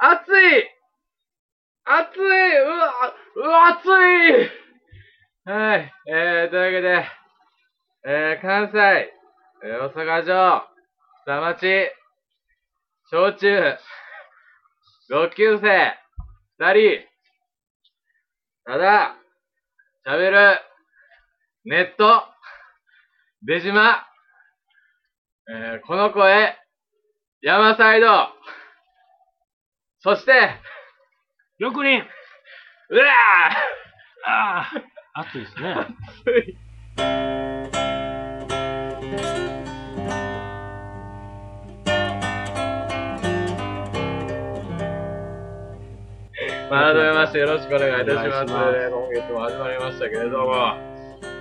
熱い熱いうわ、うわ、熱いはい、えー、というわけで、えー、関西、えー大阪城、下町、小中、同級生、二人、ただ、喋る、ネット、出島、えー、この声、山サイド、そして、緑林うわああ暑いですね。ーまあ、改めましてよろしくお願いいたします。お願いし今月も始まりましたけれども、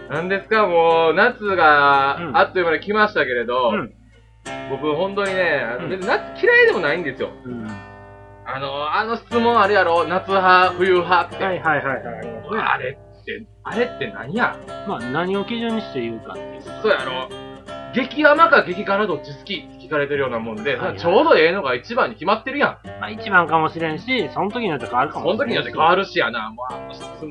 なんですか、もう、夏があっという間に来ましたけれど、うん僕、本当にね、あのうん別に夏嫌いでもないんですよ。うん、はあの、あの質問あるやろ、夏派、冬派っいて。はいはいはい。あれって、あれって何やまあ何を基準にして言うかっていうこと。そうやろ。激甘か激辛どっち好きって聞かれてるようなもんで、はいはいちょうどええのが一番に決まってるやん。まあ一番かもしれんし、その時によって変わるかそものし時れんし。によって変わるしやな。もうあの質問、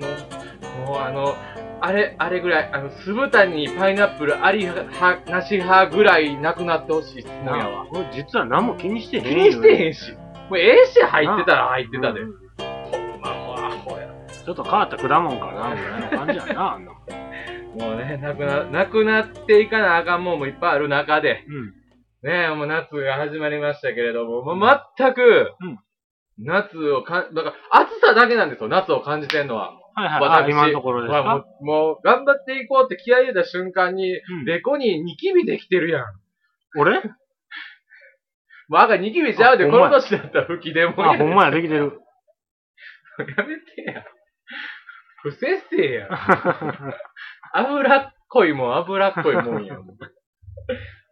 もうあの、あれ、あれぐらい、あの、酢豚にパイナップルあり派、なし派ぐらいなくなってほしい質問やわ。なあこれ実は何も気にしてへん気にしてん。へんし。もうええし、入ってたら入ってたで。うほんんまもうアホや。ちょっと変わった果物かな、みたいな感じやな、あんな。もうね、なくな、なくなっていかなあかんもんもいっぱいある中で、うん。ねえ、もう夏が始まりましたけれども、もう全くうん、夏をかん、だから暑さだけなんですよ、夏を感じてんのは。はいはい。あ、今のところですまあもか。うもう、頑張っていこうって気合い入れた瞬間に、うんデコにニキビできてるやん。俺もう赤ニキビちゃうで、あこほんまのや年だったら吹きでもあ、ほんまや。や、できてる。 やめてや。不摂生や。油っこいもん、油っこいもん や。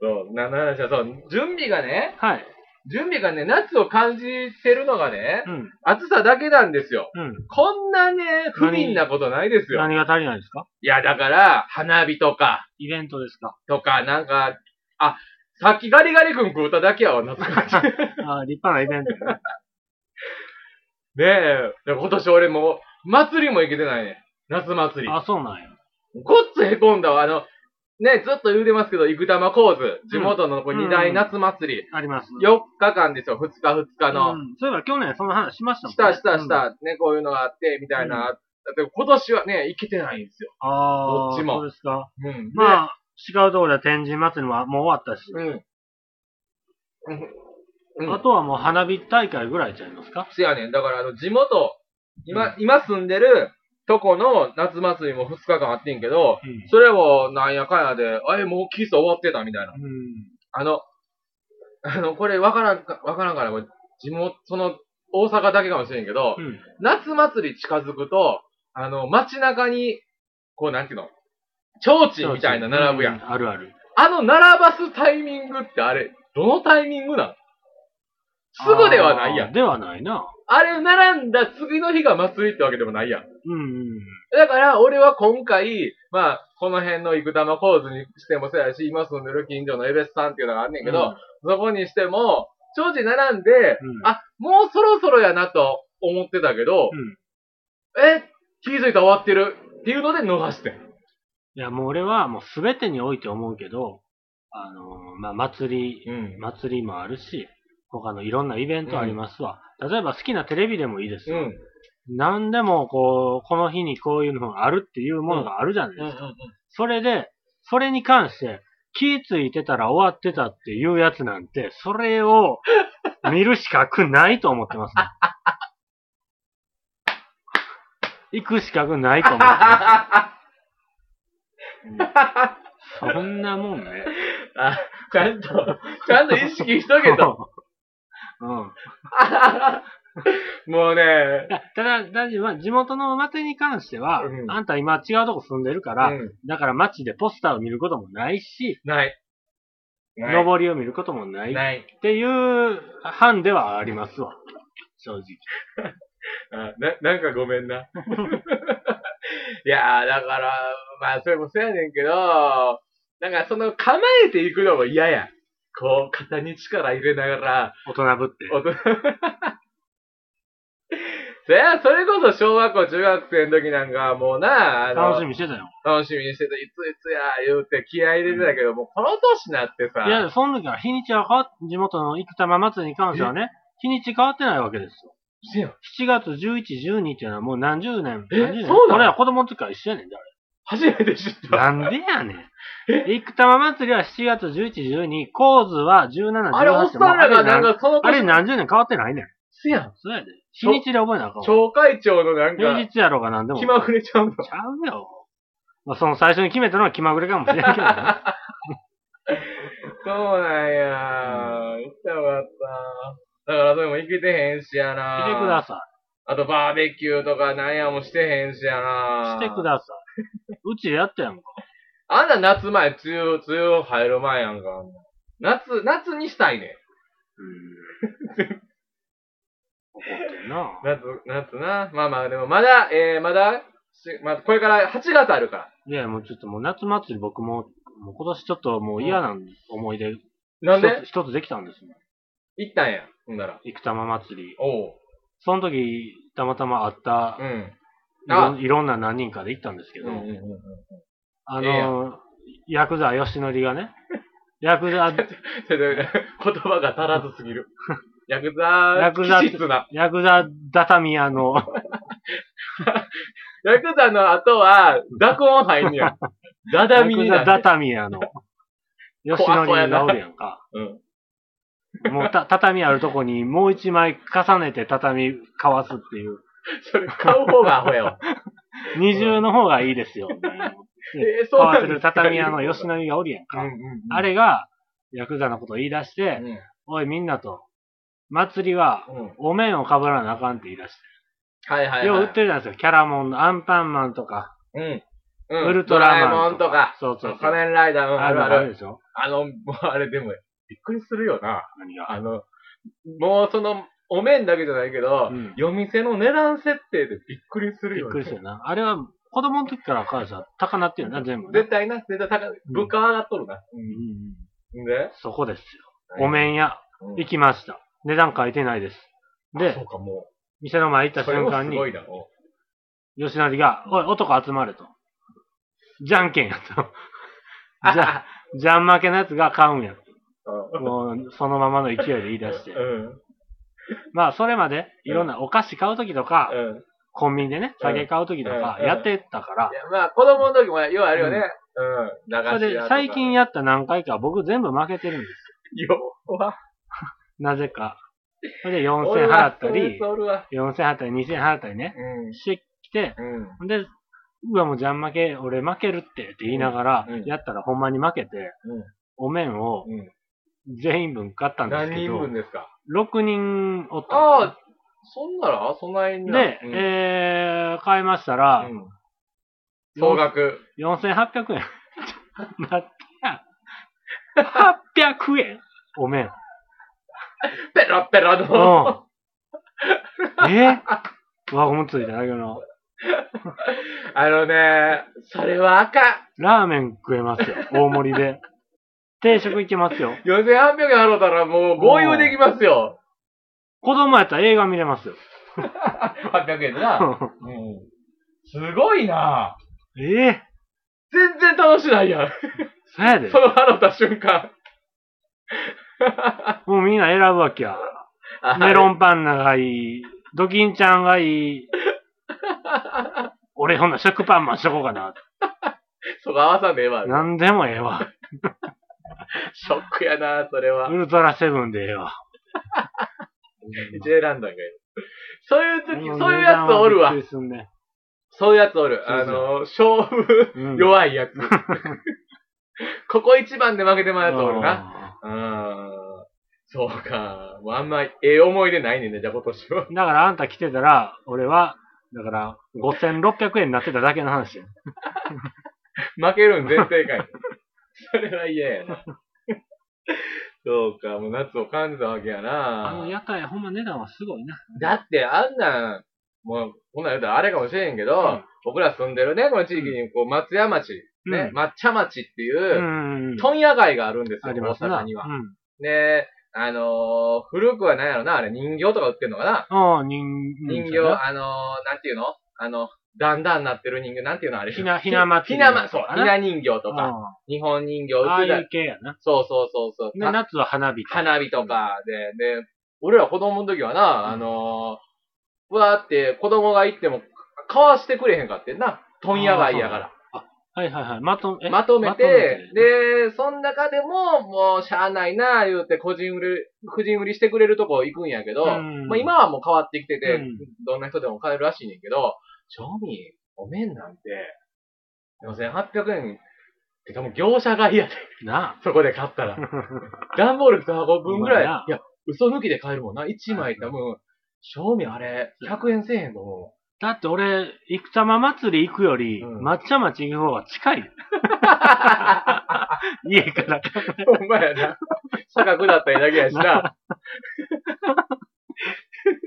そう、な、なんじゃ、そう、準備がね、はい。準備がね、夏を感じてるのがね、うん。暑さだけなんですよ。うん。こんなね、不憫なことないですよ。何が足りないですかいや、だから、花火とか、イベントですかとか、なんか、あ、さっきガリガリ君食うただけやわ、夏ねあ立派なイベン トね。え、で今年俺もう、祭りも行けてないね。夏祭り。あ、そうなんや。ごっつへこんだわ、あの、ね、ずっと言うてますけど、生玉構図、地元のこううん二大夏祭り、あります。 4日間ですよ、2日2日の。うんそういえば去年その話しましたもんしたしたした、ね、こういうのがあって、みたいな。だって今年はね、行けてないんですよ。ああ、どっちもそうですか。うん。でまあ、違うところでは天神祭りももう終わったし、うん。うんうんあとはもう花火大会ぐらいちゃいますかせやねん。だから、あの、地元、今、今住んでるとこの夏祭りも2日間あってんけど、うん。それもなんやかんやで、あれもうキス終わってたみたいな。あの、あの、これわからんか、わからんから、これ地元、その、大阪だけかもしれんけど、うん。夏祭り近づくと、あの、街中に、こう、なんていうの、提灯みたいな並ぶや。うんあるある。あの、並ばすタイミングってあれ、どのタイミングなのすぐではないやんあー。ではないな。あれ並んだ次の日が祭りってわけでもないやん。うんうん。だから、俺は今回、まあ、この辺の生玉構図にしてもそうやし、今住んでる近所のエベスさんっていうのがあんねんけど、そこにしても、長寿並んで、うんあ、もうそろそろやなと思ってたけど、うんえ、気づいたら終わってるっていうので逃してん。いや、もう俺はもう全てにおいて思うけど、あのー、まあ、祭り、うん。祭りもあるし、他のいろんなイベントありますわ。例えば好きなテレビでもいいですうん。うよ。ん。何でもこう、この日にこういうのがあるっていうものがあるじゃないですか。それで、それに関して、気ついてたら終わってたっていうやつなんて、それを見る資格ないと思ってます ね。行く資格ないと思ってまあす。そんなもんね。ちゃんと、ちゃんと意識しとけと。 うん。 もうね、いやただ、だじまあ地元のお祭りに関しては、うんあんた今違うとこ住んでるから、うん、だから街でポスターを見ることもないし、ない。ない。上りを見ることもないっない。ていう班ではありますわ。正直。あな、なんかごめんな。 いやー、だから、まあ、それもそうやねんけど、なんかその構えていくのも嫌や。こう、肩に力入れながら、 大人ぶって。大人そや、それこそ小学校、中学生の時なんか、もうな、あの、楽しみにしてたよ。楽しみにしてた、いついつや、言うて気合い入れてたけど、もうこの年になってさ、いや、その時は日にちは変わっ、地元の生玉祭りに関してはね、日にち変わってないわけですよ。せやん7月11、12っていうのはもう何十年、え何十年。そうなの俺は子供の時から一緒やねんだ、初めて知った。あ れ。なんでやねん。生玉祭りは7月11、12、構図は17、18あれ、おっさんらがなんかそのあれ年、何十年変わってないねん。せやん。そうやで。日にちで覚えなあかんわ。町会長のなん休か、日やろうが何でも。気まぐれちゃうの。ちゃうよ。まあ、その最初に決めたのは気まぐれかもしれん けどね、そうなんや。行ったよかった。だからそれも行けてへんしやな。してくださ。。あとバーベキューとかなんやもしてへんしやないしてください。うちでやったやんか。あんな夏前、梅雨、梅雨入る前やんか。あんな夏、夏にしたいねん。 怒ってんな。夏、夏な。まあまあ、でもまだ、えー、まだ、しまだこれから8月あるから。いや、もうちょっともう夏祭り僕も、もう今年ちょっともう嫌な思い出、なんで一つ一つできたんですもん。行ったんや。ほんなら。生玉祭り。おう。その時、たまたま会ったう、ん。いろんいろんな何人かで行ったんですけうど、ん うんうんあええやの、ヤクザ吉典がね、ヤク ザ、ちょっと言葉が足らずす ぎる。ヤクザ、ヤクザ 気質な。ヤクザ畳屋の、ヤクザの後は、雑魚入んね や。ダダミになヤんクザね畳屋の、吉典がおるやんか。うん。もうた、畳あるとこにもう一枚重ねて畳かわすっていう。それ、買う方がアホ やわ。二重の方がいいですよ。えーかそうわなせんでるすか畳屋の吉典がおるやんうんうか。んうん。あれが、ヤクザのことを言い出しうて、ん。おいみんなと、祭りは、うん。お面をかぶらなあかんって言い出しはいはい、はて。い。よう売ってるじゃないですか。キャラモンのアンパンマンとか、うん。うん。ウルトラドラえマもンんとか。。そうそうそう。仮面ライダー、うん、ああるるあある。るでしょあの、もうあれでも、びっくりするよな。何が。あの、もうその、お面だけじゃないけど、うん夜店の値段設定でびっくりするびっよくね。りするよな。あれは、子供の時から彼氏は高なってるよな、全部ね。絶対な、絶対高い。物価上がっとるな。うんうんうんんで、そこですよ。お面屋、うん、行きました。値段書いてないです。あそでう、か、も店の前行っう。た瞬間それもすに、ごいな。お吉成が、おい、男集まれと。じゃんけんやと。じゃ、あ、じゃん負けのやつが買うんやと。うんもう、そのままの勢いで言い出してう。ん。まあ、それまで、いろんなお菓子買うときとか、うん。いコンビニでね、酒買うときとか、うんやってたから、や、まあ、子供の時もようあるよね。うん。駄そ菓子屋れとでか、最近やった何回か、僕全部負けてるんです。弱なぜか。それで4000払ったおるわり、おるわ4000払ったり、2000払ったりね、うしてきて、ん。うん。で、うわ、もうじゃん負け、俺負けるってって言いながらうんうん、やったらほんまに負けて、うんお面をうん全員分買ったんです何け人ど分、ですか6人おったんああ、そんなら、そんなにですな。ね。で、うんえー、買いましたらう、ん総額。 4800円。なってやん。800円お面。ペラペラうんの。。え輪ゴムついただけの。あのね、それは赤。ラーメン食えますよ。大盛りで。定食いけますよ。 4800円払ったらもう合流できますよ。子供やったら映画見れますよ。 800円な。うん。すごいな。 ええ全然楽しないやん。そうやでそ。の払った瞬間。もうみんな選ぶわけや。 メロンパンナがいい。ドキンちゃんが いい。俺ほんなら食パンマンしとこうかな。そこ合わさんでええわ。なんでもええわ。ショックやな、それはウ。ルトラセブンでええわ。一選んだんかい。 そういう時、もそういうやつおるわ値段はびっく。りすんねそういうやつおる。そうあそうの、勝負うん弱いやつ。ここ一番で負けてまうやつおるな。な。うん。そうか。もうあんま、ええ思い出ないねんね、じゃあ今年は。 だからあんた来てたら、俺は、だから、5600円になってただけの話や。負けるん全正解。それは嫌やな。そうか、もう夏を感じたわけやあのな。屋台、ほんま値段はすごいな。だってあんなん、もう、こんなん言うたらあれかもしれんけど、うん僕ら住んでるね、この地域に、こう、松屋町、ね、うん抹茶町っていうう、ん。問屋街があるんですあよ、り大ますな。阪には。うんで、あのー、古くは何やろな、あれ人形とか売ってんのかなああ、人、人形、形やなあのー、なんていうのあの、だんだんなってる人形、なんていうのあれ。ひなひな祭りひなま、そう、あひなな人形とか、あ日本人形ああ売あっいてたう。系やな。そうそうそうそう。で、夏は花火と。花火とかで、で、俺ら子供の時はな、あのー、わーって子供が行っても、かわしてくれへんかってんな。問屋街やかはいはいはい。まとめ、ら。まとめまて、で、そん中でも、もう、しゃあないな、言うて、個人売り、個人売りしてくれるとこ行くんやけど、うんまあ今はもう変わってきてて、うんどんな人でも買えるらしいねんけど、正味、お面なんて、4800円、てかもう業者買いやで、なそこで買 ったら。段ボール2箱分ぐら、ほんまやないいや、嘘抜きで買えるもんな。1枚多分、賞味あれ、100円せえへんと思だって俺、生玉祭り行くより、うん抹茶町行く方が近い よ。家から。う。ほんまやな。坂下ったりだけやし な。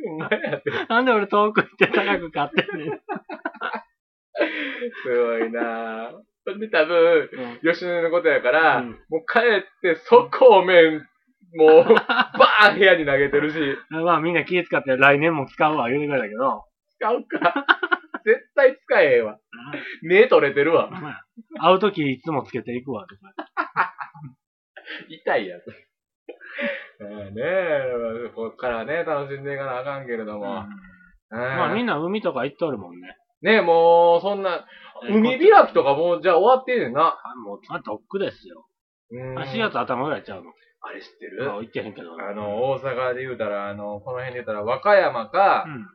ほんまやって。なんで俺遠く行って高く買ってんねん。すごいなほんで多分、うん吉野のことやから、うんもう帰って、そこお面、もう、 バーン部屋に投げてるし、まあみんな気使って来年も使うわ言うてくれたけど、使うか。絶対使えへ んわ。目取れてるわ。まあ会うときいつもつけていくわとか。痛いやつ。ねえ、こっからね、楽しんでいかなあかんけれども。うんままあみんな。な海とか行っとるもんね。ねえ、もう、そんな、海開きとかもう、じゃあ終わってんねんな。あもう、あドックですよ。うん足やと頭ぐらいちゃうの。あれ知ってまるあ行ってへんけど。あの、大阪で言うたら、あの、この辺で言うたら、和歌山かう、ん、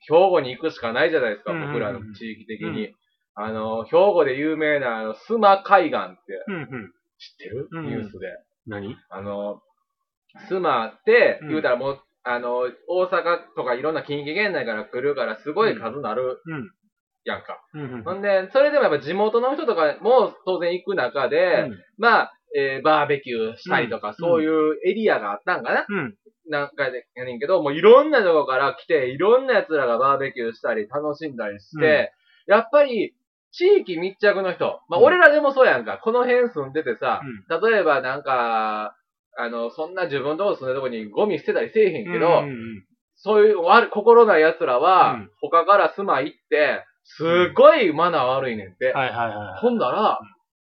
兵庫に行くしかないじゃないですか、うん僕らの地域的うんうに。あの、兵庫で有名な、あの、須磨海岸ってうん、うん。知ってるうんニュースで。何あの、スマって、うん言うたらもう、あの、大阪とかいろんな近畿圏内から来るから、すごい数なるうん。やんか。うん、うん。ほんで、それでもやっぱ地元の人とかも当然行く中で、まあ、えーバーベキューしたりとか、うんそういうエリアがあったんかな、うん。なんかでやねんけど、もういろんなとこから来て、いろんな奴らがバーベキューしたり、楽しんだりして、やっぱり、地域密着の人。まあ、うん俺らでもそうやんか。この辺住んでてさ、うん例えばなんか、あの、そんな自分のとこ住んでるとこにゴミ捨てたりせえへんけど、うんうんそういう悪心ない奴らは、うん他から住まいって、すごいマナー悪いねんて。うんはいはいはほんなら、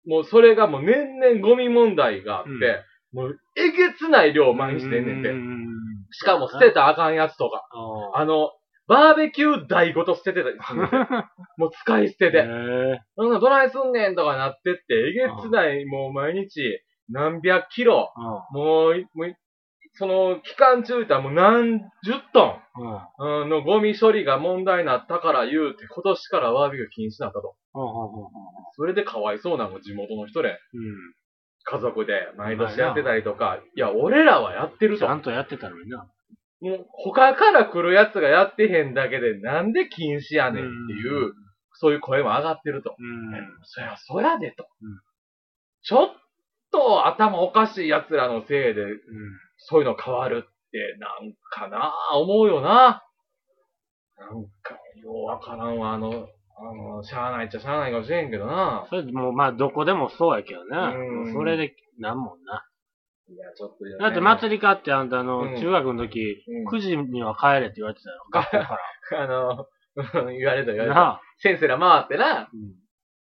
もうそれがもう年々ゴミ問題があって、もうえげつない量い。毎日してんねんて。ううんうんしかも捨てたらあかんやつとか。ああの、バーベキュー台ごと捨ててたりするんです よもう使い捨てーへて。そんなどないすんねんとかなってって、えげつない、もう毎日何百キロ。もうい、もうい、その期間中言ったらもう何十トうんうんンうんのゴミ処理が問題になったから言うて、今年からバーベキュー禁止になったと。ほうほうほうほそれでかわいそうなの、地元の人で。うう家族で毎年やってたりとか、いや、俺らはやってんるちと。ゃんもとやってたのにな。う他から来るやつがやってへんだけで、なんで禁止やねんっていう、うんそういう声も上がってると。うん。そりゃそやでと。うんちょっと頭おかしい奴らのせいで、うんそういうの変わるって、なんかなぁ、思うよな。なんか、ようわからんわ、あの、あの、しゃあないっちゃしゃあないかもしれんけどな。それでもうまあどこでもそうやけどな。うんもうそれでなんもんな。いや、ちょっと、だって祭りかってあんたあうんの、中学の時、うん9時には帰れって言われてたよ。学校かあの、 うん言われた言わら。れなた。あ。先生ら回ってな。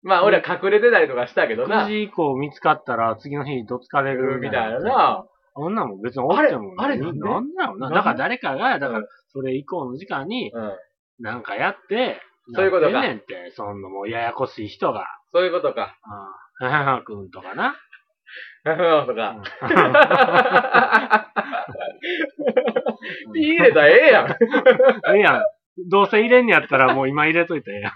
まあ、うん俺は隠れてたりとかしたけどな。 9時以降見つかったら次の日どつかれるみみたたいいな。なな。そんなんも別におってもあれあれななんんだでろうな。だから誰かが、だからそれ以降の時間にうん。なんかやって、そういうことかなんてんねんって、そんなもうややこしい人が。そういうことか。うん。はくんとかな。とう か。んピー入れたらええやん。ええやん。どうせ入れんやったらもう今入れといてええやん。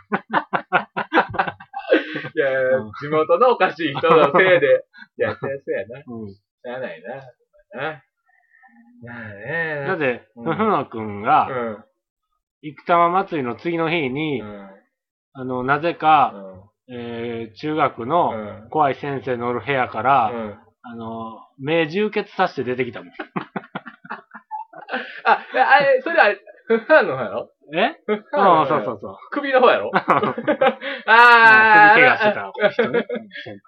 いやうん、地元のおかしい人のせいで。いや、そうやそうやな。しうんゃあないな。な。まあねだって、うふんふのくんが、生玉祭りの次の日うん。に、うん。あの、なぜうか、ん。えー中学うのん。怖い先生のおる部屋から、うんあの、目充血させて出てきたもん。あ、あれ、それあれ、ふふんの方やろえふふうんの方ん、そやろうそうそう。首の方 やろ首あー。怪我してた人ね。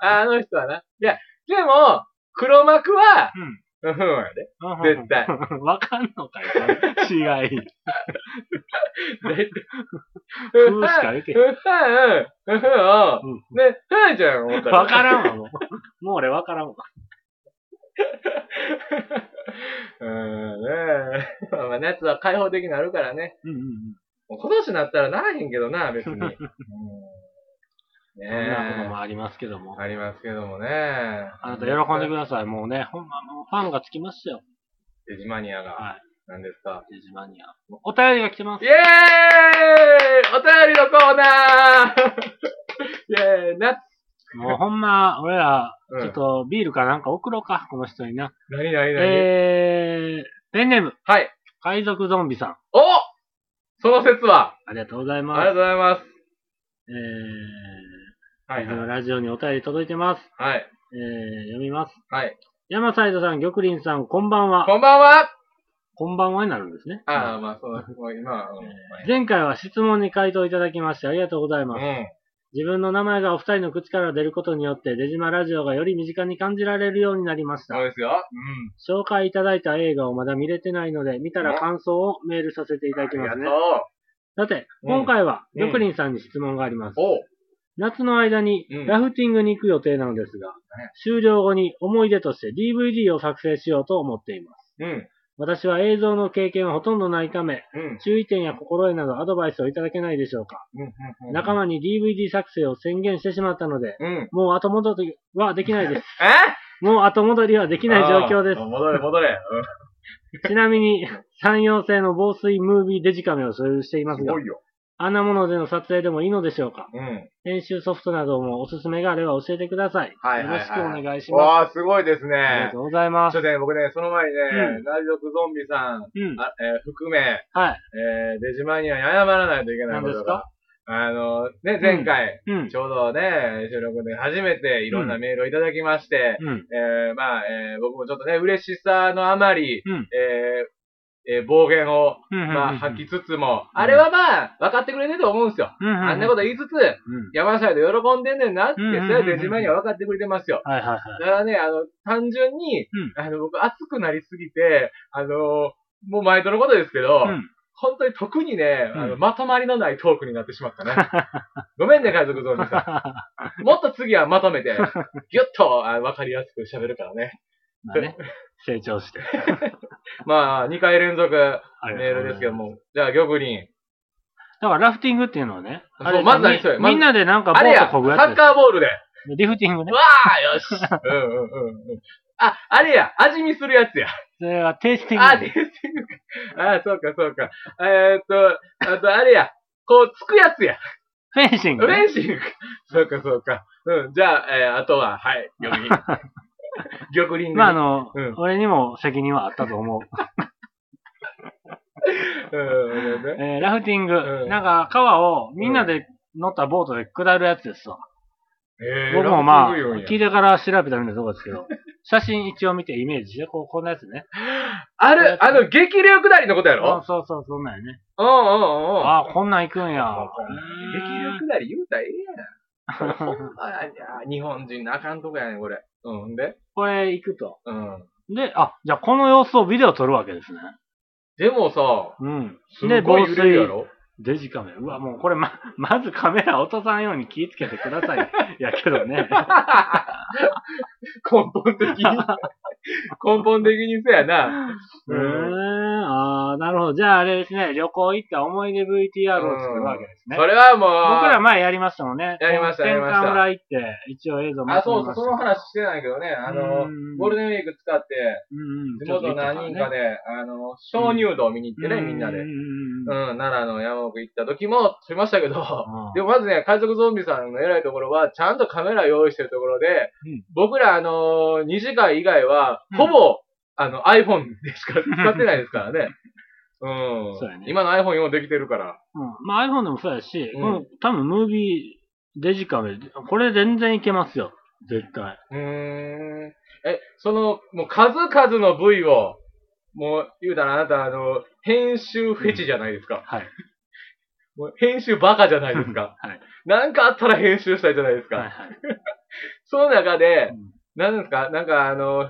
あの人はな。いや、でも、黒幕は、うんうんうんやで。絶対。 わかんのかい、その違い。絶対。ふうしか言うてへんふうさん、ふうを、ね、ふうじゃん、思ったわからんわ、もう。もう俺わからんわ。 うーん、ねえ。まあ、夏は開放的になるからね。うんうんうん。もう今年になったらならへんけど な、別に。うんねえ。そんなこともありますけども。ありますけどもね。あなた喜んでください。もうね、ほんまもうファンがつきますよ。デジマニアが、はい。何ですか。デジマニア。お便りが来てまイェーす。イお便りのコーナー イェーイ夏もうほんま、俺ら、うんちょっとビールかなんか送ろうか、この人にな。何何何、えー、ペンネーム、はい。海賊ゾンビさん。おその説は、ありがとうございあまりす。がとうございます。えはいー、はい。ラジオにお便り届いてます。はい。えー、読みます。はい。山サイドさん、玉林さん、こんばんは。こんばんはこんばんはになるんですね。ああ、まあ、そうだ。もう今は、うん。前回は質問に回答いただきましてありがとうございます。うん。自分の名前がお二人の口から出ることによって、デジマラジオがより身近に感じられるようになりましたそう。ですよ。紹介いただいた映画をまだ見れてないので、見たら感想をメールさせていたうん。だきますねありが。とさて、うん今回は、うん玉林さんに質問があります。う。おう。夏の間にうんラフティングに行く予定なのですが、終了後に思い出として DVD を作成しようと思っています。うん。私は映像の経験はほとんどないため、うん。注意点や心得などアドバイスをいただけないでしょうか。うん。仲間に DVD 作成を宣言してしまったので、うん。もう後戻りはできないです。えもう後戻りはできない状況でああ戻れ、戻れ。うんす。ちなみに、山陽製の防水ムービーデジカメを所有していますすがご、いよ。あんなものでの撮影でもいいのでしょうかうん。編集ソフトなどもおすすめがあれば教えてください。はいはいはいよろしくお願いします。わあ、すごいですありねがと。うございまちすょっ。とね、僕ね、その前にね、うんラジオクゾンビさん、うん。あえー含め、えはい。ーデジマニアに謝らないといけない何こですとがか。あの、ね、前回、うんち。ょうどね、収録で初めていろんなメールをいただきまして、うん。えーまあ、えー僕もちょっとね、嬉しさのあまり、うん。えーえー暴言を、うん。まあ、吐きつつも、うんあれはまあ、分かってくれねえと思うんですよ。うん。うん。あんなことい言い。いつつ、うん。山下で喜んでんねんなって、うんうんうんうそんれはデジマニア分かってくれてますよ。はいはいはい。だからね、あの、単純に、うんあの、僕熱くなりすぎて、あのーもう毎度のことですけど、うん。本当に特にね、うんあの、まとまりのないトークになってしまったね。 ごめんね、海賊ゾンビさまん。もっと次はまとめて、ぎゅっと、あわかりやすく喋るからね。あね。成長 して。まあ、2回連続ありがメーとうごルざいますですけど。も。じゃあ、魚林。だからラフティングっていうのはね。そうあれまず何それまずみんなでなんかボあれーや、トサこぐやつッです。カーボールで。リフティングね。わあ、よし。うんうんうんうん。あ、あれや、味見するやつや。それはテイスティング。あ、テイスティングか。あ、 そうかそうか。えーっと、あとあれや、こう、つくやつや。フェンシングフね。ェンシングか。そうか、そうか。うん。じゃあ、えーあとは、はい、玉林。 玉林でまああのうん、俺にも責任はあったと 思う。うんうんうんえーラフティングう。んなんか川をみんなで乗ったボートで下るやつですわ。えー僕もまラフあ、ティング用に聞いてから調べたみたいなとこですけど、写真一応見てイメージして、こう、こんなやつね。ある、あの、激流下りのことやあろそうそう、そんなんやね。うんうんうん。あこんなん行くんや。激流下り言うたらええやん。ほんまや、日本人のあかんとこやねん、これ。うん、んでこれ行くと。うん。で、あ、じゃあこの様子をビデオ撮るわけですね。でもさ、うん。すっごい揺れるやろデジカメ。うわ、もうこれま、まずカメラ落とさんように気ぃつけてくだ さい。やけどね。根本的に。根本的にそうやな。 うーん、あーなるほど。じゃああれですね、旅行行った思い出 VTR を作るわけですねそ。れはもう。僕ら前やりましたもんね。やりましたやりました天村行って、一応映像あ、とそうそう、めましたその話してないけどね、あの、ゴールデンウィーク使って、うん地元何人かで、で、あの、鍾乳洞見に行ってね、みんなで。ううん、ん奈良の山奥行った時もしましたけど、うんでもまずね、海賊ゾンビさんの偉いところは、ちゃんとカメラ用意してるところで、ん僕らあのー、2時間以外はう、んほぼ、あの、iPhone でしか 使ってないですからね。うん。そうやね今の iPhone 用できてるから。うんまあ iPhone でもそうやし、うんこの多分ムービーデジカメ、これ全然いけますよ。絶対。うーん。え、その、もう数々の部位を、もう、言うたらあなた、あの、編集フェチじゃないですか。はい。。もう編集バカじゃないですかはい。なんかあったら編集したいじゃないですか。はいはい。その中でう、んなんですか、なんかあの、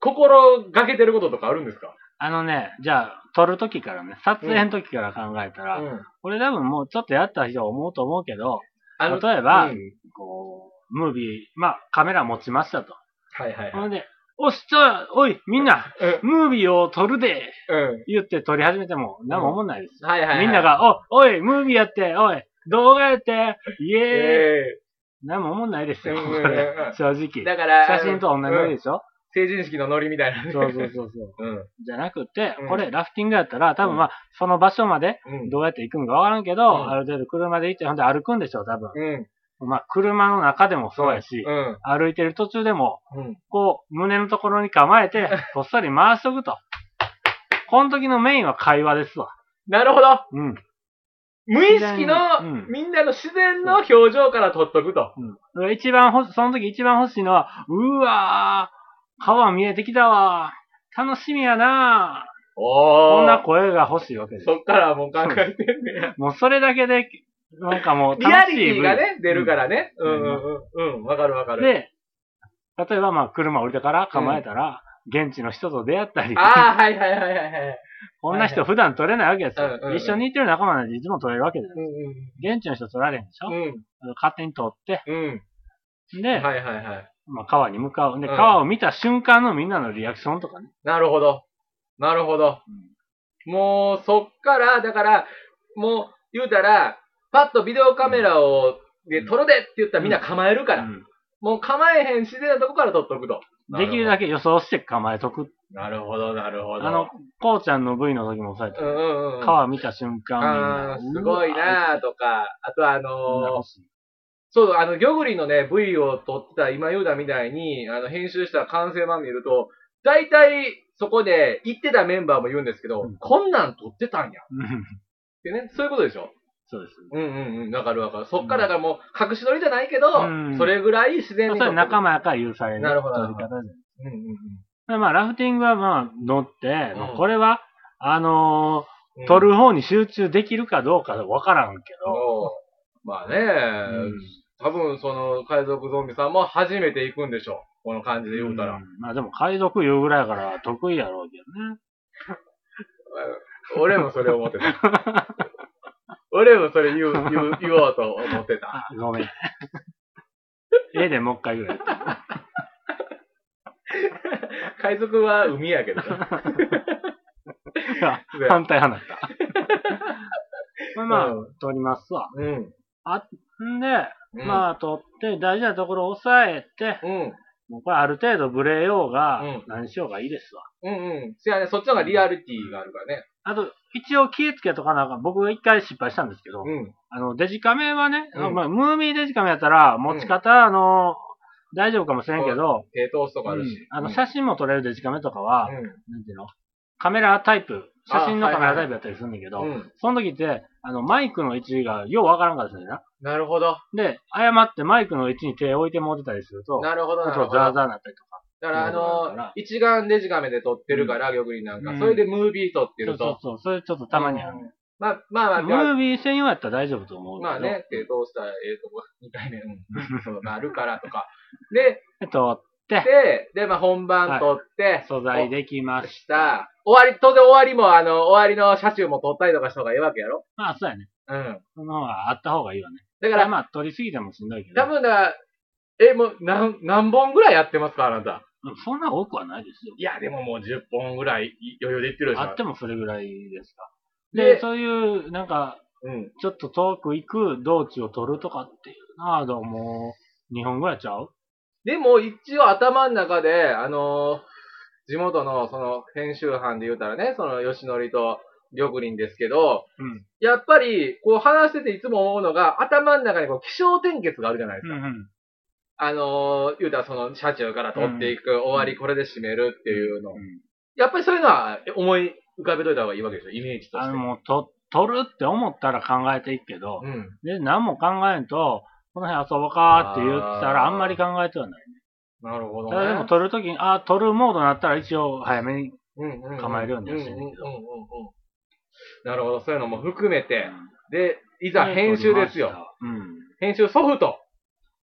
心がけてることとかあるんですかあのね、じゃあ、撮るときからね、撮影のときから考えたら、ん。俺多分もうちょっとやった人は思うと思うけど、あの、例えばうんこう、ムービー、まあ、カメラ持ちましたと。はいはいほはい。んで、おっしゃ、おい、みんな、うんムービーを撮るで、う言って撮り始めても、何も思わないです。ん。はいはいはい。みんな、が、お、おい、ムービーやって、おい、動画やって、イエーイ、え何も思んないですよ、うんこうんうんれ正えだ直。から、写真と同じノリでしょ、成人式のノリみたいなね。そうそうそうそう。うん。じゃなくて、うんこれ、ラフティングやったら、多分まあ、その場所まで、うん。どうやって行くんかわからんけど、うんある程度車で行って、ほんで歩くんでしょ、多分。うん。まあ、車の中でもそうやし、うん。歩いてる途中でも、うん。こう、胸のところに構え て、こっそり回しとくと。この時のメインは会話ですわ。なるほど。うん。無意識の、うんみんなの自然の表情から撮っとくと。うん。一番ほ、その時一番欲しいのは、うわー、川見えてきたわー、楽しみやなー。おこんなー。声が欲しいわけです。そっからもう考えてんねや。もうそれだけで、なんかもうリア楽しリい。ティがね、出るかららね。うんうんうん。うん、わかるわかる。で、例えばまあ車降りてから構えたら、現地の人と出会ったり、ああ、はいはいはいはいはい。 こんな人普段撮れないわけですうんうんうよ。ん一緒にいてる仲間なんでいつも撮れるわけです。うん現地の人撮られへんでしょ、うん。勝手に撮って、うん。うで、ん。はいはいはい。まあ川に向かう。で、うん川を見た瞬間のみんなのリアクションとかね。なるほど。なるほど。もう、そっから、だから、もう、言うたら、パッとビデオカメラを、で、撮るでって言ったらみんな構えるから。うんもう構えへん自然なとこから撮っとくと。できるだけ。け予想して構えとく。なるほど、なるほど。あの、、こうちゃんの V の時もそうやったう。んうんうん。川見た瞬あー間みんな。すごいうわなぁとか、あとあーみんなのー欲、しいそう、あの、魚栗のね、部位を撮った、今言うたみたいに、あの、編集した完成版見ると、大体、そこで行ってたメンバーも言うんですけど、うんこんなん撮ってたんや。っうんてね、そういうことでしょ。そうです。うんうんうん、わかるわかる。そっから、だからもう、隠し撮りじゃないけど、うんそれぐらい自然まあにそ撮っれて仲間やから許される。なるほど撮り方で。うんうんでまあ、ラフティングはまあ、乗って、うんまあこれは、あのうん。ー撮る方に集中できるかどうかわからんけの、まあね、ど、うん多分その海賊ゾンビさんも初めて行くんでしょう。この感じで言うたら。んまあでも、海賊言うぐらいやから得意やろうけどね。俺もそれ思って た。俺もそれ言う、言う、言おうと思ってた。あ、ごめ ん。絵でもう一回ぐらいやって。海賊は海やけどね。反対派なった。まあ、う撮りますわ。うん。んで、うんまあ、撮って、大事なところを押さえて、うん。もうこれある程度ブレようがうん、何しようがいいですわ。うんうん。せやね、そっちの方がリアリティがあるからね。あと、一応気ぃつけとかなあかん。僕一回失敗したんですけど、うん。あの、デジカメはね、うんまあ、ムービーデジカメやったら、持ち方、あの、大丈夫かもしれんけど、低糖質とかあるうしん。あの、うん写真も撮れるデジカメとかは、うんなんていうのカメラタイプ、写真のカメラタイプやったりするんだけど、うん。その時って、あの、マイクの位置がようわからんかったんだよな。なるほど。で、誤ってマイクの位置に手を置いてもうてたりすると、なるほど、あなるとほザーど。ザーなったりとか。だからあだからの、一眼デジカメで撮ってるから、逆になんか、それでムービー撮ってそうるそうと。そう、それちょっとたまにあるね。まあまあムまあ、ービー専用やったら大丈夫と思うけど。まあね、低糖質はええとこ、2回目、うん。そうなるからとか。で、えっと、で、で、まあ、本番撮って、素材できまし。したた。終わり、当然終わりも、あの、終わりの車中も撮ったりとかした方がいいわけやろまあ、そうやね。うん。その方があった方がいいわね。だかだから、らまあ、撮りすぎてもしんどいけど。多分だから、え、もう、何、何本ぐらいやってますか、あなた。そんな多くはないですよ。いや、でももう10本ぐらい余裕でいってるでしょ。あってもそれぐらいですか。でで、そういう、なんか、うん。ちょっと遠く行く道中を撮るとかっていうのは、どうも、日本ぐらいちゃうでも、一応頭の中で、あのー地元の、その、編集班で言うたらね、その、吉典と、玉林ですけど、うん。やっぱり、こう話してていつも思うのが、頭の中にこう、気象転結があるじゃないですかうんうん。あのー、言うたらその、車中から取っていく、終わりこれで締めるっていうの。うんやっぱりそういうのはえ思い浮かべといた方がいいわけでしょ、イメージとあしての、。もう、と、撮るって思ったら考えていくけど、うん。で、何も考えんと、この辺遊ぼうかって言ったあら、ーあんまり考えてはない。なるほどただでもね。撮るときに、あー、撮るモードになったら一応早めに。うんうんうん構えるようにはしてんねんけどうんうんうんうんうんなるほど、そういうのも含めて。うで、いざん編集ですよ。。うん。編集ソフト。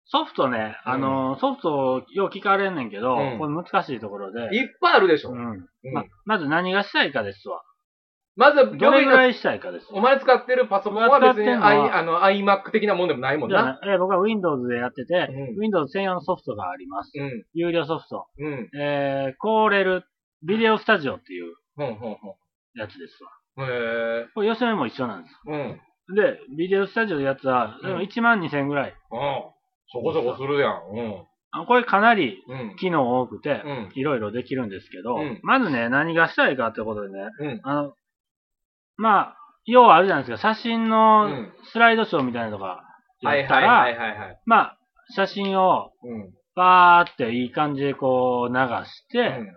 ソフトね、うんあの、ソフトよう聞かれんねんけど、うんこれ難しいところで、いっぱいあるでしょ。うんうんま、まず何がしたいかですわ。まず、どれぐらいいしたいかですお前使ってるパソコンは別にお前使ってんの I はあの iMac 的なもんでもないもんじゃな。あね、えー僕は Windows でやってて、う Windows 専用のソフトがあります。うん。有料ソフト。うん。えー、コーレル、ビデオスタジオっていうほんほんほやつですわ。ん。へえ。これ、吉めも一緒なんです。うん。で、ビデオスタジオのやつは、うん1万2000円ぐらい。ああ、そこそこするやん。うん。あこれかなりうん。機能多くて、うん。いろいろできるんですけど、うんまずね、何がしたいかってことでね、うんあの、まあ、要はあるじゃないですか、写真うのんスライドショーみたいなのがやはいったはいら、はいはいはい。まあ、写真をうん。バーっていい感じでこう流して、う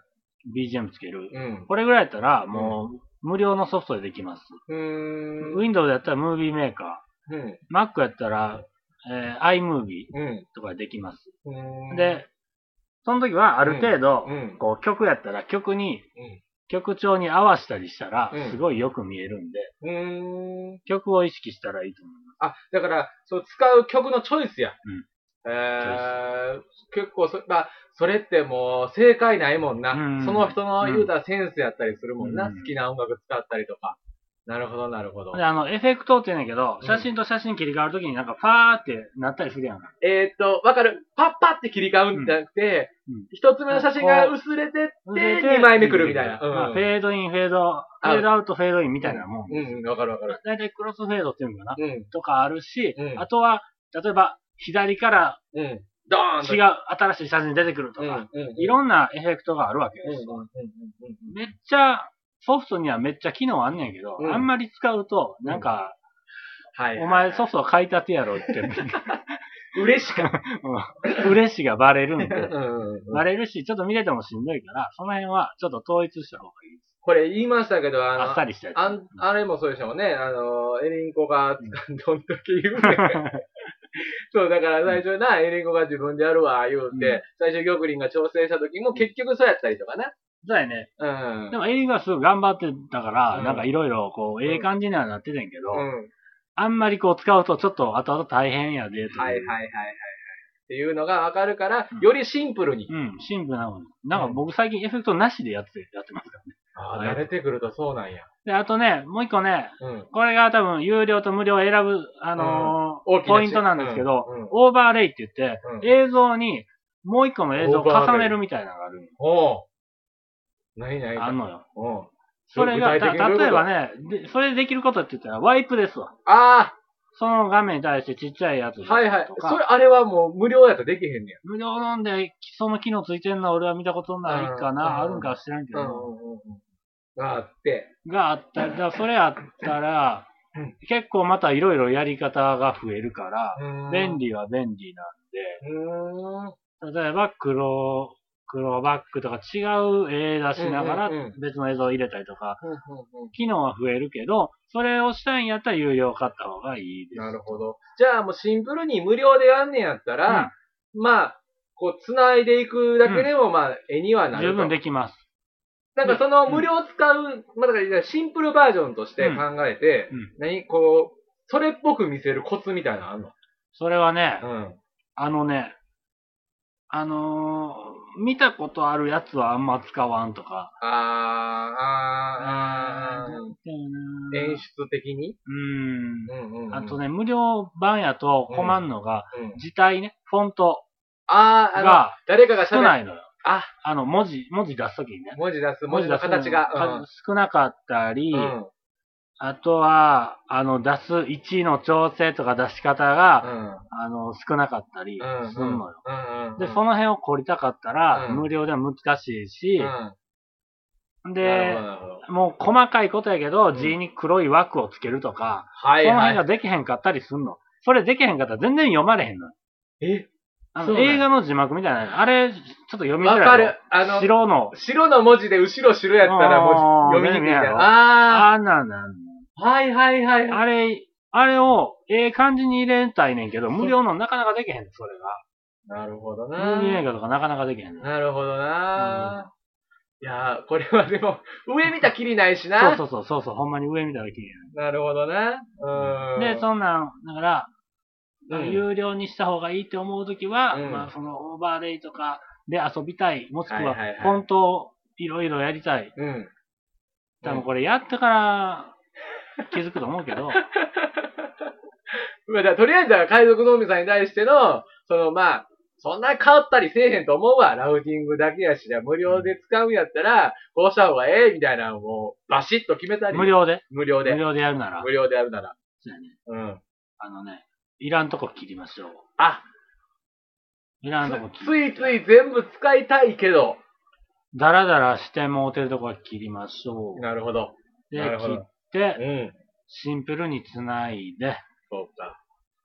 BGM つける。ん。これぐらいやったら、もう、無料のソフトでできます。うん。うん。 Windows やったらムービーメーカうん。ー。Mac やったら、えー iMovie うん。とかでできます。うん。で、その時はある程度、うん。こう曲やったら曲うにん、曲調に合わせたりしたらうん、すごいよく見えるんで、うん。曲を意識したらいいと思いまあ、だから、そう、使う曲のチョイスや。んえー結構そ、まあ、それってもう、正解ないもんな。うんその人の言うたらセンスやったりするもんな。うん好きな音楽使ったりとか。なるほど、なるほどす。。で、あの、エフェクトって言うんだけどう、ん写真と写真切り替わるときになんかパーってなったりするやんか。えーっと、わかる。パッパって切り替うんじゃなくてうん、一、つ目の写真が薄れてって、二枚目来るみたいな。まあうフん。ェードイン、フェード、フェードアウト、フェードインみたいなもん。うん、わかるわかる。だいたいクロスフェードっていうのかなうん、とかあるしう、んあとは、例えば、左からうん。ドーンと違う新しい写真出てくるとうんか、うん、いろんなエフェクトがあるわけうん、うでんす。うんうんめっちゃ、ソフトにはめっちゃ機能あんねんけど、うんあんまり使うと、なんか、はい。お前ソフト買いたてやろって、 嬉しかった。嬉しがバレるんで、うんうんバレるし、ちょっと見れてもしんどいから、その辺はちょっと統一した方がいいです。これ言いましたけど、あの、あっさりしたやつ。あんあれもそうでしたもんね。あの、エリンコが掴んどんとき言うね。 そう、だから最初な、エリンコが自分でやるわ、言ううんて、最初玉林が調整した時も結局そうやったりとかな。そうやね。うん。でもエリーがすごい頑張ってたから、うんなんかいろいろこう、ええ感じにはなっててんけど、うん。あんまりこう使うとちょっと後々大変やで、というはいはいはいはいはい。っていうのがわかるからうん、よりシンプルに。うん、シンプルなもん。なんか僕最近エフェクトなしでやって、やってますからね。あー慣れてくるとそうなんや。で、あとね、もう一個ね、うん。これが多分有料と無料を選ぶ、あのー大きな違いポイントなんですけど、うんうんオーバーレイって言って、うん映像にもう一個の映像をオーバーレイ重ねるみたいなのがあるんよおう。何何あんのよ。おう。それが、具体た的にどういうこと例えばねで、それでできることって言ったら、ワイプですわ。あその画面に対してちっちゃいやつとあ、か、はいはい。それ、あれはもう無料やとできへんね無料なんで、その機能ついてんの俺は見たことないかな、うんあるんかは知らんけや。うんど、うんうん。あって。があったり、だからそれあったらうん、結構またいろいろやり方が増えるから、便利は便利なうーん。例えば、黒、黒バックとか違う絵出しながらうんうんう別の映像を入れたりとか、うんうんうん機能は増えるけど、それをしたいんやったら有料買った方がいいです。なるほど。じゃあもうシンプルに無料でやんねやったら、まあ、こう、繋いでいくだけでも、まあ、絵にはうんなる十と。分できます。なんかその無料を使う、まあだからシンプルバージョンとして考えて、うんうん何こう、それっぽく見せるコツみたいなのあんのそれはね、うん。あのね、あのー見たことあるやつはあんま使わんとか。あー、あー、あなんーていうの演出的にう。うんうんうんん。あとね、無料版やと困るのが、うん。字体ね、フォントあー、あの、が誰かが少喋なる。いのよ。あ、あの、文字、文字出すときにね。文字出す、文字の形が。少なかったり、うん。うん。あとは、あの、出す位置の調整とか出し方が、うん。あの、少なかったりうん。するのよ。うん。うん。で、その辺を凝りたかったら、うん無料では難しいし、うんなるでほど、なるほどもう細かいことやけど、ん字に黒い枠をつけるとか、はいそのは辺がい。できへんかったりすんの。それできへんかったら全然読まれへんの。え、あそうのなんや映画の字幕みたいなのあれ、ちょっと読みづらわい。かる。。あの、白の、白の文字で後ろ白やったらあー文字読みにくいみたいねえねえな。ああんなんなん。ー、はいはいはいはい。あれ、あれを、ええ感じに入れたいねんけど、無料のなかなかできへんの、それなるほどが。なムービー映画とかなかなかできへんの。なるほどな、いやー、これはでも、上見たきりないしな。そうそうそう、そうそう、ほんまに上見たらきれいなるほどな。うん。で、そんなん、だから、うん有料にした方がいいって思うときは、うんまあ、そのオーバーレイとかで遊びたい、もしくははいはいはい、本当、いろいろやりたい。うん。多分これやってから気づくと思う けど、まあ、だからとりあえずは海賊ゾンビさんに対しての、そのまあ、そんな変わったりせえへんと思うわ。ラウティングだけやし、じゃあ無料で使うんやったら、こうした方がええ、みたいなのをもう、バシッと決めたり。無。料で、無料で。無料でやるなら、無料でやるなら。そうやねうん。あのね、いらんとこ切りましょう。あ、いらんとこ切つりいつい全部使いたいけど。だらだらしてもうてるとこは切りましょう。なるほど。で、なるほ切どって、ん。シンプルにつないで、そうか。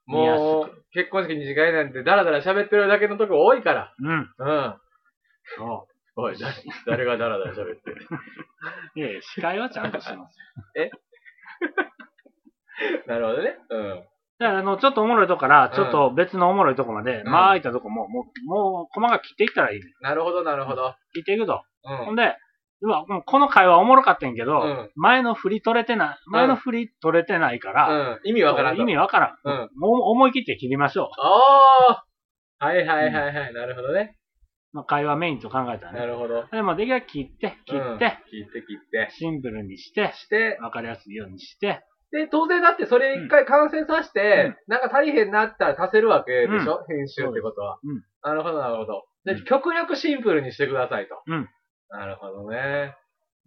見やすくもう、結婚式二次会なんてダラダラ喋ってるだけのとこ多いから。うん、うん。そおい、だ誰がダラダラ喋ってる。 う。いやいや、司会はちゃんとします。なるほどね。うん。だから、あの、ちょっとおもろいとこから、ちょっと別のおもろいとこまで、うんまあ、いたとこも、もう、もう、細かく切っていったらいいね。なるほど、なるほど。切っていくと。うほんん。で、うわ、もうこの回はおもろかったんやけど、うん前の振り取れてない、前の振り取れてないから、うん。意味わからんと。意味わからん。うん。もう思い切って切りましょああはいはいはいはい。なるほどね。う。まあ、会話メインと考えたらなね。るほど。で、まあ、できれば切って、切うんって、切って切って。シンプルにして、して、わかりやすいようにして、で、当然だってそれ一回完成させて、なんか足りへんなったら足せるわけでしょ、編集ってことは。うんなるほど、なるほど。うでん、極力シンプルにしてくださいと。うんなるほどね。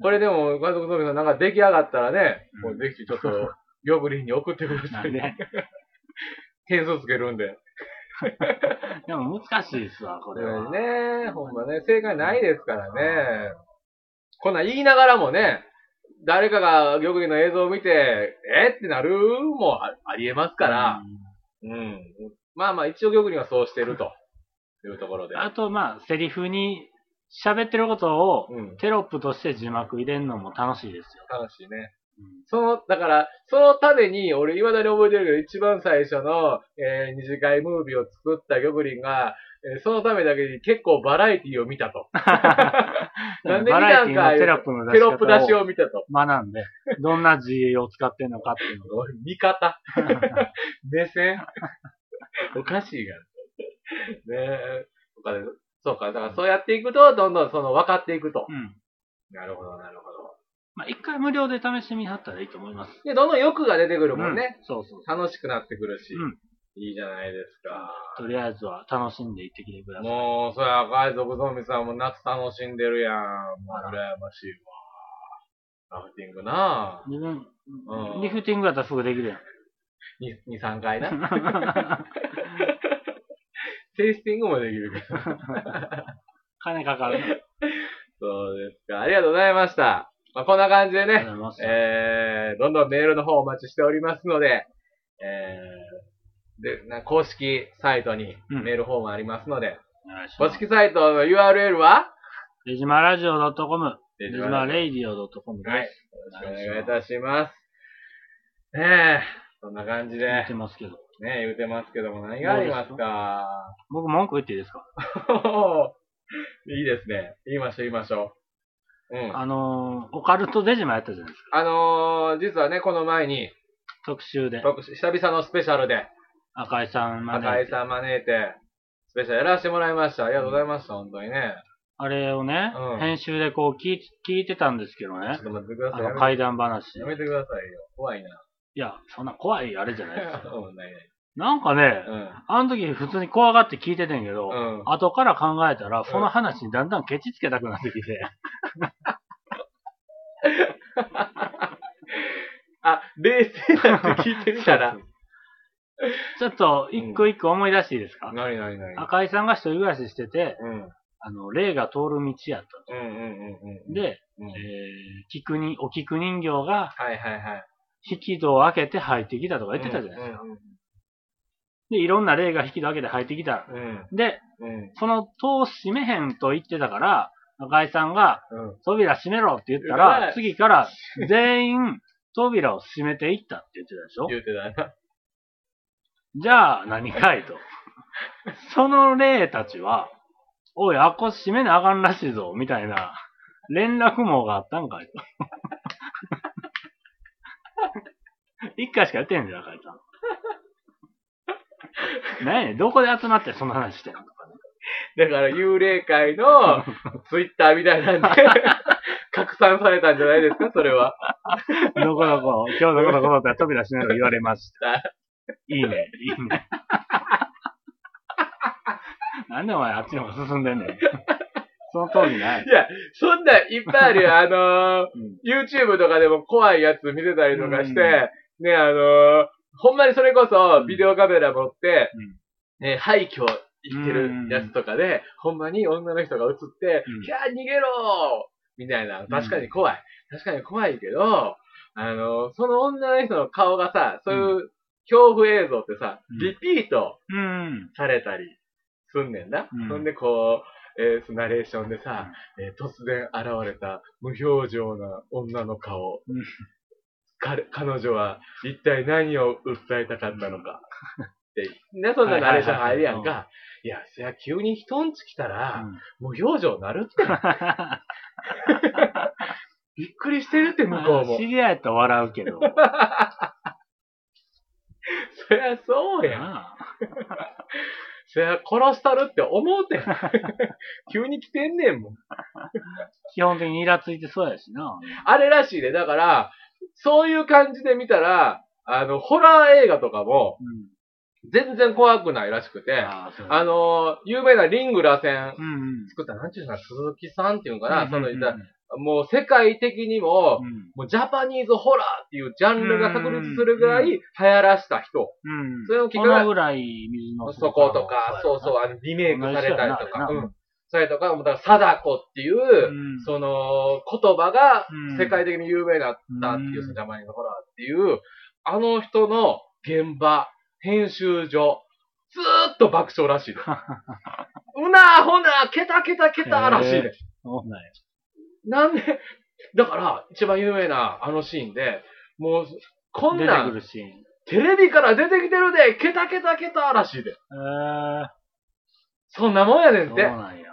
これでも、家族ゾンビさんなんか出来上がったらね、うんもうぜひちょっと、ヨブリンに送ってくだなさんい。で。 点数つけるんで。でも難しいっすわ、これは。ねほんまね、正解ないですからね。こんなん言いながらもね、誰かが玉林の映像を見て、えってなるもあありえますから、うん。まあまあ、一応玉林はそうしてると。 いうところうでん。。あと、まあ、セリフに喋ってることを、うん。テロップとして字幕入れるのも楽しいですよ。楽しいね。うんその、だから、そのために、俺、未だに覚えてるけど、一番最初の、えー二次会ムービーを作った玉林が、えーそのためだけに結構バラエティを見たと。なんで見バラたエんティかのいテロップの出テしロップ出し方をを見たと。学んで、どんな字を使ってんのかっていうのを。おい見方。 目線。 おかしいがな。ねえ。そうかそうか、だからそうやっていくと、どんどんその分かっていくとう。ん。なるほど、なるほど。まあ、一回無料で試してみはったらいいと思います。で、どんどん欲が出てくるもんね。うんそうそうそう。楽しくなってくるし。うんいいじゃないですか。とりあえずは楽しんでいってきてください。もう、そや、海賊ゾンビさんも夏楽しんでるやん。もう、羨ましいわ。ラフティングなぁ。自分う、んリフティングやったらすぐできるやん。2、3回な。テイスティングもできるけど。金かかるな。ありそうですか。ありがとうございました。まあ、こんな感じでがとね、うございます。えー、どんどんメールの方お待ちしておりますので、えー、で、な公式サイトにうんメールフォームありますので、お願いし公ます。式サイトの URL は、レジマラジオ .com、レジマはい、よレイディオ .com です。ろしくお願いいたします。ねえ、そんな感じで、言っねてますけど。え、言うてますけども何がありますか僕文句言っていいですかいいですね。言いましょう、言いましょう。うん。あのー、オカルトデジマやったじゃないですか。あのー、実はね、この前に、特集で。僕久々のスペシャルで、赤井さんまで。赤井さん招いて、スペシャルやらせてもらいました。ありがとうございました、本当にね。あれをね、うん編集でこう聞い聞いてたんですけどちょねっ。と待ってくださあい。やのめ怪談話。やめてくださいよ。怖い な。いや、そんな怖いあれじゃない ですか。うん、ないない。なんかね、うん。あの時普通に怖がって聞いててんけど、うん。後から考えたら、その話にだんだんケチつけたくなってきて、 あ、冷静だって聞いてみた らそう。ちょっと一個一個思い出していいですか、なになになに赤井さんが一人暮らししてて、うん。うんあの、霊が通る道やったうんうんうんうん。と。、で、うんえー、菊に、お菊人形がはいはいはい。引き戸を開けて入ってきたとか言ってたじゃないですか。で、いろんな霊が引き戸開けて入ってきた。うん。うん。で、うん。その戸を閉めへんと言ってたから、赤井さんがうん。扉閉めろって言ったうわら、次から全員扉を閉めていったって言ってたでしょ言うてたな。じゃあ何 かいと。その霊たちは、おい、あっこ閉めなあかんらしいぞ、みたいな連絡網があったんか い と。一回しかやってへんじゃん、赤井さん。何やねん、どこで集まってその話してんのだから幽霊界 のツイッターみたいなんで 拡散されたんじゃないですか、それは。どこどこ、今日どこどこだったら飛び出しながら言われま した。いいね、いいね。なんでお前あっちの方進んでんねん。その通りないい。や、そんなんいっぱいある よ。あのうんー、YouTube とかでも怖いやつ見せたりとかして、うね、あのー、ほんまにそれこそんビデオカメラ持って、ね、廃墟行ってるやつとかで、ほんまに女の人が映って、うんキャー逃げろーみたいな、確かに怖い。確かに怖いけど、あのー、その女の人の顔がさ、そういう恐怖映像ってさうん、リピートうん。されたりすんねんな。うんそんでこう、えー、ナレーションでさ、えー突然現れた無表情な女の顔。うん彼彼女は一体何を訴えたかったのか。で、な、そんなナレーション入るやんはいか。いや、そりゃ急に人んち来たら、う無表情な るって。んびっくりしてるって、 向こうも知。り合いやったら笑うけど。そりゃそうやん。なあそりゃ殺したるって思う てん。 急に来てんねんもん。基本的にイラついてそうやしな。あれらしいね。だから、そういう感じで見たら、あの、ホラー映画とかも、うん全然怖くないらしくて、あああそうの、有名なリングラ戦うんうん。作った、なんていうのかな、鈴木さんっていうのかな、その、うんいやもう世界的にも、うんもうジャパニーズホラーっていうジャンルが確立するぐらいうん流行らした人。うん。それを聞くこのぐらい水の。そことか、そうそうう、あの、リメイクされたりとか、同じう。やなあれなんそれとか、もうだから、貞子っていう、うんその、言葉がうん世界的に有名だったっていう、うんそのジャマニーズホラーっていう、あの人の現場、編集所、ずーっと爆笑らしい で。うなーほなー、ケタケタケタらしいへでー。そうなんやなんで、だから、一番有名なあのシーンで、もう、こん出なてくん、るシーン。テレビから出てきてるで、ケタケタケタらしいで。えそんなもんやねー、んそっうて。なんや。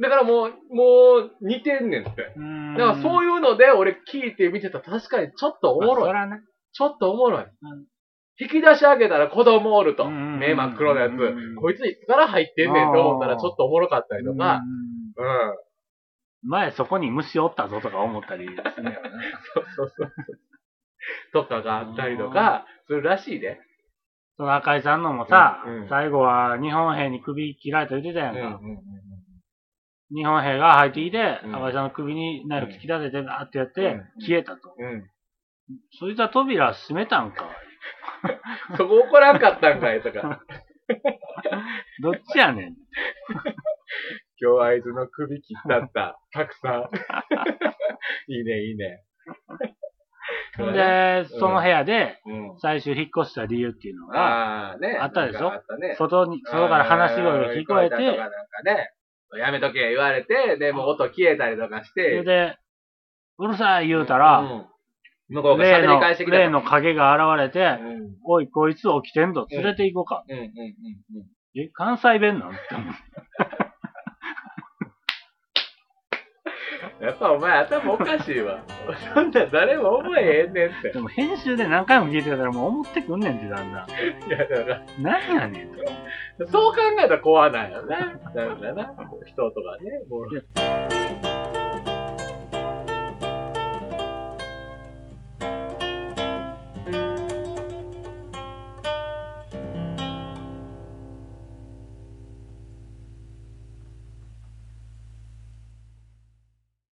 だからもう、もう、似てんねんって。だからそういういうので、俺聞いて見てたら確かにちょっとおもろい。まあ、そらね。ちょっとおもろいん。引き出し上げたら子供おると。うんうんうん目真っ黒のやつうんうんうん。こいついつから入ってんねんと思ったらちょっとおもろかったりとか。うんうん。前そこに虫おったぞとか思ったりするよね。そうそうそう。とかがあったりとか、するらしいね。その赤井さんのもさ、うんうん最後は日本兵に首切られた言ってたやうんんうか。んうん日本兵が入ってきて、うん赤井さんの首にナイフ突き出せてバーってやって、うん消えたと。うんうんそいつは扉閉めたんか。そこ怒らんかったんかいと か。どっちやねん。今日はあいつの首切ったった。たくさ ん。いいね、いいね。ほんで、うんその部屋でうん。最終引っ越した理由っていうのが、ああ、ね。あったでしなょんかあったね。外に、外から話し声が聞こえうん聞こえたとかて、なんかね、やめとけ言われて、で、もう音消えたりとかしそれて。で、うるさい言うたら、ん向こうが例喋りの、返してきたと。例の影が現れうて、ん。うんおい、こいつ起きてんぞ、連れて行こうか。うんうんうん。え、関西弁なんって思うやっぱお前頭おかしいわ。 そんなん誰も思えへんねんって。 でも編集で何回も聞いてたらもう思ってくんねんってだんだん。いやだから、何やねんと。そう考えたら怖ないよな。なんだな、人とかね。もう